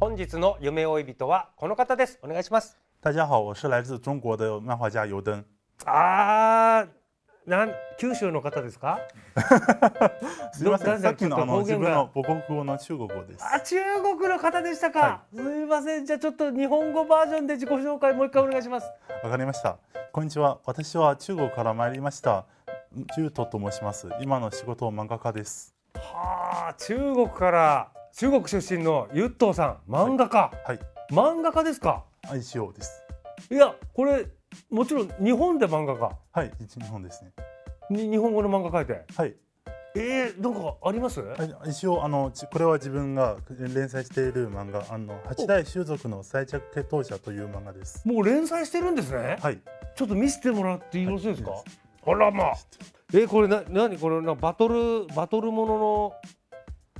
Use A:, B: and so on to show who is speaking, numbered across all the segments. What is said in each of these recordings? A: 本日の夢追い人はこの方ですお願いします
B: 大家好，我是来自中国的漫画家尤登。
A: あーなん九州の方ですか
B: すみませ。
A: なんん
B: さ
A: だ
B: っきの
A: ち
B: あ
A: ょっと方
B: の自
A: 言
B: 分
A: が
B: の母国語の中国語です。
A: あ中国の方でしたか、
B: は
A: すみませんじゃあちょっと日本語バージョンで自己紹介もう一回お願いします
B: わかりました。こんにちは。私は中国から参りました。ジュートと申します。今の仕事は漫画家です。
A: はあ中国から中国出身のゆっとうさん漫画家、
B: はい。
A: 漫画家ですか
B: 愛しようです。
A: いやこれもちろん日本で漫画家
B: はい。一日本ですね。
A: に日本語の漫画描いて
B: はい。
A: えー、なんかあります、
B: あ一応あのちこれは自分が連載している漫画、あの八代習族の最着決闘者という漫画です。
A: もう連載してるんですね、
B: はい。
A: ちょっと見せてもらってよろしいですか、
B: はい
A: あらまあえー、これな何これなバトルバトルものの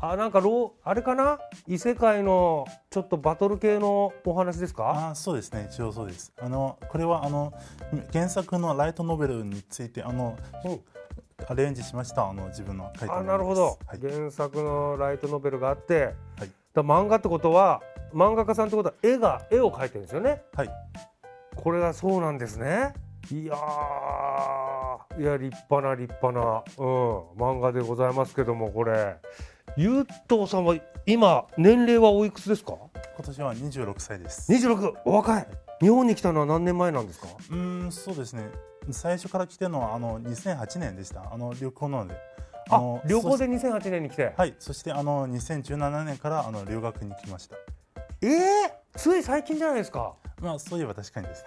A: あなんかローあれかな異世界のちょっとバトル系のお話ですか
B: あそうですね一応そうですあのこれはあの原作のライトノベルについてあの
A: うん
B: アレンジしましたあの自分の書いたもの
A: あ
B: です
A: なるほど、
B: はい、
A: 原作のライトノベルがあって、
B: はい
A: だ漫画ってことは漫画家さんってことは絵が絵を描いてるんですよね
B: はい
A: これがそうなんですねいやーいや立派な立派な、うん、漫画でございますけどもこれゆうとうさんは今年齢はおいくつですか
B: 今年は二十六歳です
A: 26お若い日本に来たのは何年前なんですか
B: うーんそうですね最初から来てるのはあの二千八年でしたあの旅行なのであ
A: あ
B: の
A: 旅行
B: そし
A: で2008年に来て、
B: はいそしてあの二千十七年からあの留学に来ました
A: えー、つい最近じゃないですか、
B: まあそういえば確かにです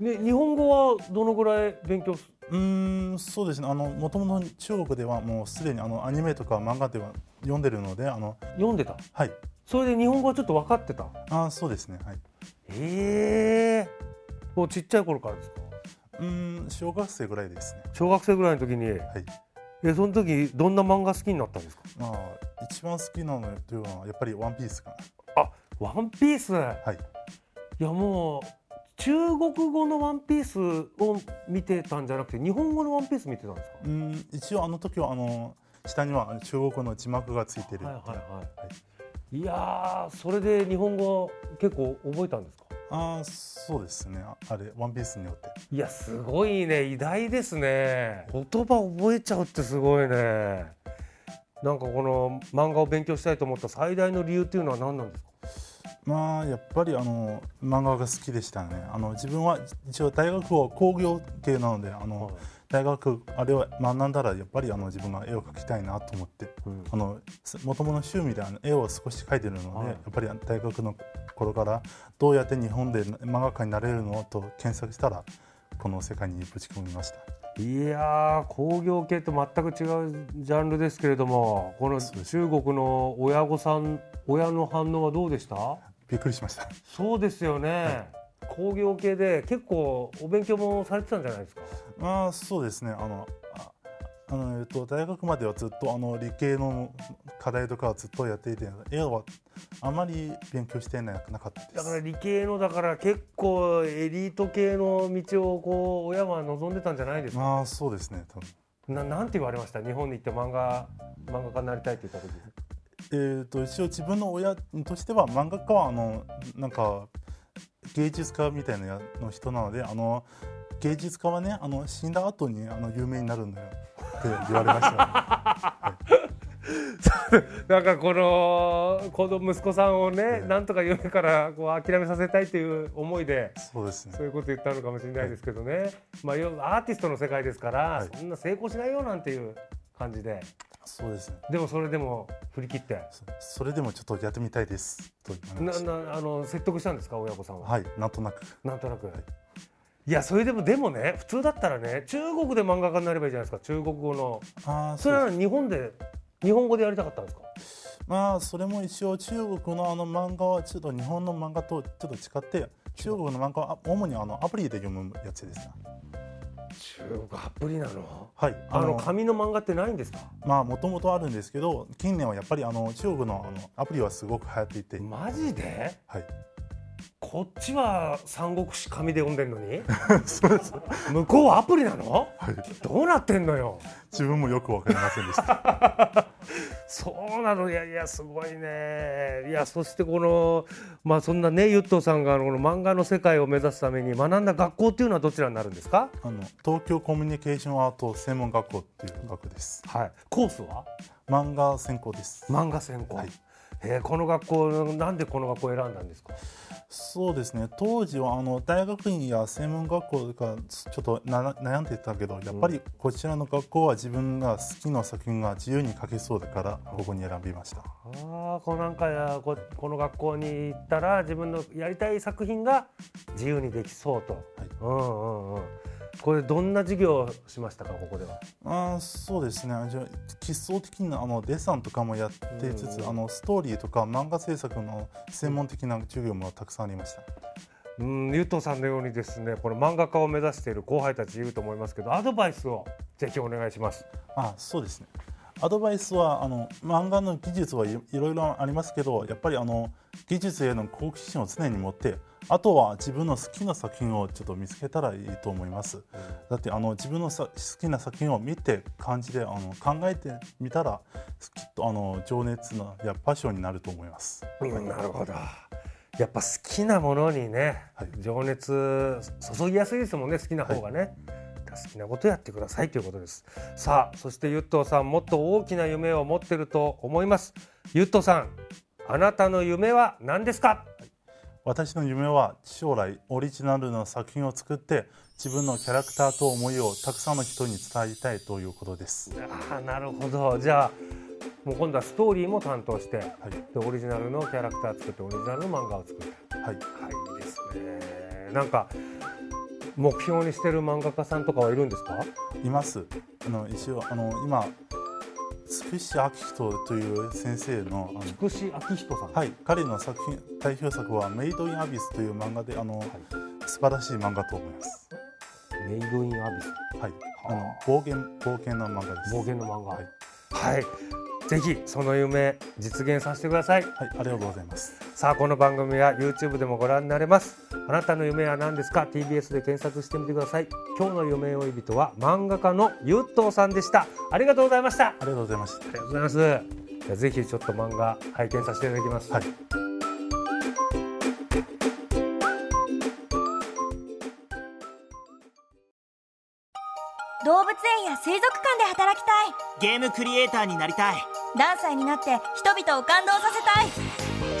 B: ね
A: ね、日本語はどのぐらい勉強す
B: うーんそうですねあのもともと中国ではもうすでにあのアニメとか漫画では読んでるのであの
A: 読んでた
B: はい
A: それで日本語はちょっと分かってた
B: あそうですねはい
A: ええもうちっちゃい頃からですか
B: うーん小学生ぐらいですね
A: 小学生ぐらいの時に
B: はい
A: えその時どんな漫画好きになったんですか
B: まあ一番好きなのというのはやっぱり「ワンピースかな
A: ワンピースい
B: はい
A: やもう中国語のワンピースを見てたんじゃなくて日本語のワンピース見てたんです
B: うーん一応あの時はあの下にはあの中国語の字幕がついてる
A: かはい
B: あ
A: はいはいいやーそれで日本語結構覚えたんですか
B: あーそうですねああれ「ワンピースによって
A: いやすごいね偉大ですね言葉覚えちゃうってすごいねなんかこの漫画を勉強したいと思った最大の理由っていうのは何なんですか
B: まあやっぱりあの漫画が好きでしたねあの自分は一応大学は工業系なのであの、
A: はい
B: 大学あれを学んだらやっぱりあの自分が絵を描きたいなと思って
A: うん
B: あのもともと趣味であの絵を少し描いてるので、
A: はい
B: やっぱり大学の頃からどうやって日本で漫画家になれるのと検索したらこの世界にぶち込みました
A: いやー工業系と全く違うジャンルですけれどもこの
B: そうです
A: 中国の親御さん親の反応はどうでした
B: びっくりしました
A: そうですよね、工業系で結構お勉強もされてたんじゃないですか
B: まあそうですねあのああの、えっと、大学まではずっとあの理系の課題とかはずっとやっていて絵はあまり勉強してなかったで
A: だ
B: す
A: から理系のだから結構エリート系の道をこう親は望んでたんじゃないですか
B: まあそうですね多分
A: ななんて言われました日本に行って漫画漫画家になりたいって言った時
B: えー、と一応自分の親としては漫画家はあのなんか芸術家みたいなやの人なのであの芸術家は ねあの死んだ後にあの有名になるんだよって言われました
A: なんかこの子供息子さんをね、
B: ええ
A: なんとか夢からこう諦めさせたいという思いで
B: そうですね
A: そういうこと言ったのかもしれないですけどね、まあ、要はアーティストの世界ですから、
B: はい
A: そんな成功しないよなんていう感じで
B: そうですね
A: でもそれでも振り切って
B: そそれでもちょっとやってみたいですと言われま
A: な
B: した
A: なあの説得したんですか親子さんは、
B: はいなんとなく
A: なんとなく。いやそれでもでもね普通だったらね中国で漫画家になればいいじゃないですか中国語の
B: あー
A: そ
B: そう
A: れ
B: です
A: は日本で日本語でやりたかったんですか
B: まあそれも一応中国のあの漫画はちょっと日本の漫画とちょっと違って中国の漫画はあ主にあのアプリで読むやつですね
A: 中国アプリなの
B: はい
A: あの紙の漫画ってないんですか
B: まあもともとあるんですけど近年はやっぱりあの中国のあのアプリはすごく流行っていて、
A: マジで
B: はい、
A: こっちは三国志紙で読んでんの に向こうはアプリなの、どうなってんのよ
B: 自分もよくわかりませんでした
A: そうなのいやいやすごいねいやそしてこのまあそんなねゆっとさんがあのこの漫画の世界を目指すために学んだ学校っていうのはどちらになるんですか
B: あの東京コミュニケーションアート専門学校っていう学です
A: はいコースは
B: 漫画専攻です、
A: 漫画専攻、
B: はい
A: えーこの学校なんでこの学校を選んだんですか
B: そうですね当時はあの大学院や専門学校がちょっとな悩んでたけどやっぱりこちらの学校は自分が好きな作品が自由に書けそうだからここに選びました
A: ああこうなんかやここの学校に行ったら自分のやりたい作品が自由にできそうと、うんうんうんこれどんな授業をしましたかここでは
B: あーそうですねじゃあ基礎的なあのデッサンとかもやってつつ、
A: うん
B: あのストーリーとか漫画制作の専門的な授業もたくさんありました、
A: うんゆとさんのようにですねこの漫画家を目指している後輩たちいると思いますけどアドバイスをぜひお願いします
B: あそうですねアドバイスはあの漫画の技術はいいろいろありますけどやっぱりあの技術への好奇心を常に持ってあとは自分の好きな作品をちょっと見つけたらいいと思います、だってあの自分のさ好きな作品を見て感じであの考えてみたらきっとあの情熱のやパッションになると思います
A: うんなるほどやっぱ好きなものにね、
B: はい
A: 情熱注ぎやすいですもんね好きな方がね、好きなことやってくださいということですさあそしてゆっとうさんもっと大きな夢を持ってると思いますゆっとうさんあなたの夢は何ですか
B: 私の夢は将来オリジナルの作品を作って自分のキャラクターと思いをたくさんの人に伝えたいということです。は
A: ああなるほどじゃあもう今度はストーリーも担当して
B: い、
A: でオリジナルのキャラクター作ってオリジナルの漫画を作る
B: はい、
A: はいいいですねなんか目標にしてる漫画家さんとかはいるんですか
B: います。あの一応あの今つくしあきひとという先生のあの
A: 福士明人さん
B: はい彼の作品代表作はメイドインアビスという漫画であの、素晴らしい漫画と思います。
A: メイドインアビス
B: はい、あの冒険冒険の漫画です。
A: 冒険の漫画は
B: はいい、
A: ぜひその夢実現させてください
B: はい、ありがとうございます。
A: さあこの番組は YouTube でもご覧になれますあなたの夢は何ですか TBS で検索してみてください今日の夢追い人は漫画家のゆっとうさんでしたありがとうございましたあ
B: ありがとうございました。
A: りがとうございますじゃあぜひちょっと漫画拝見させていただきます、
B: はい。
C: 動物園や水族館で働きたい
D: ゲームクリエイターになりたい
C: 何歳になって人々を感動させたい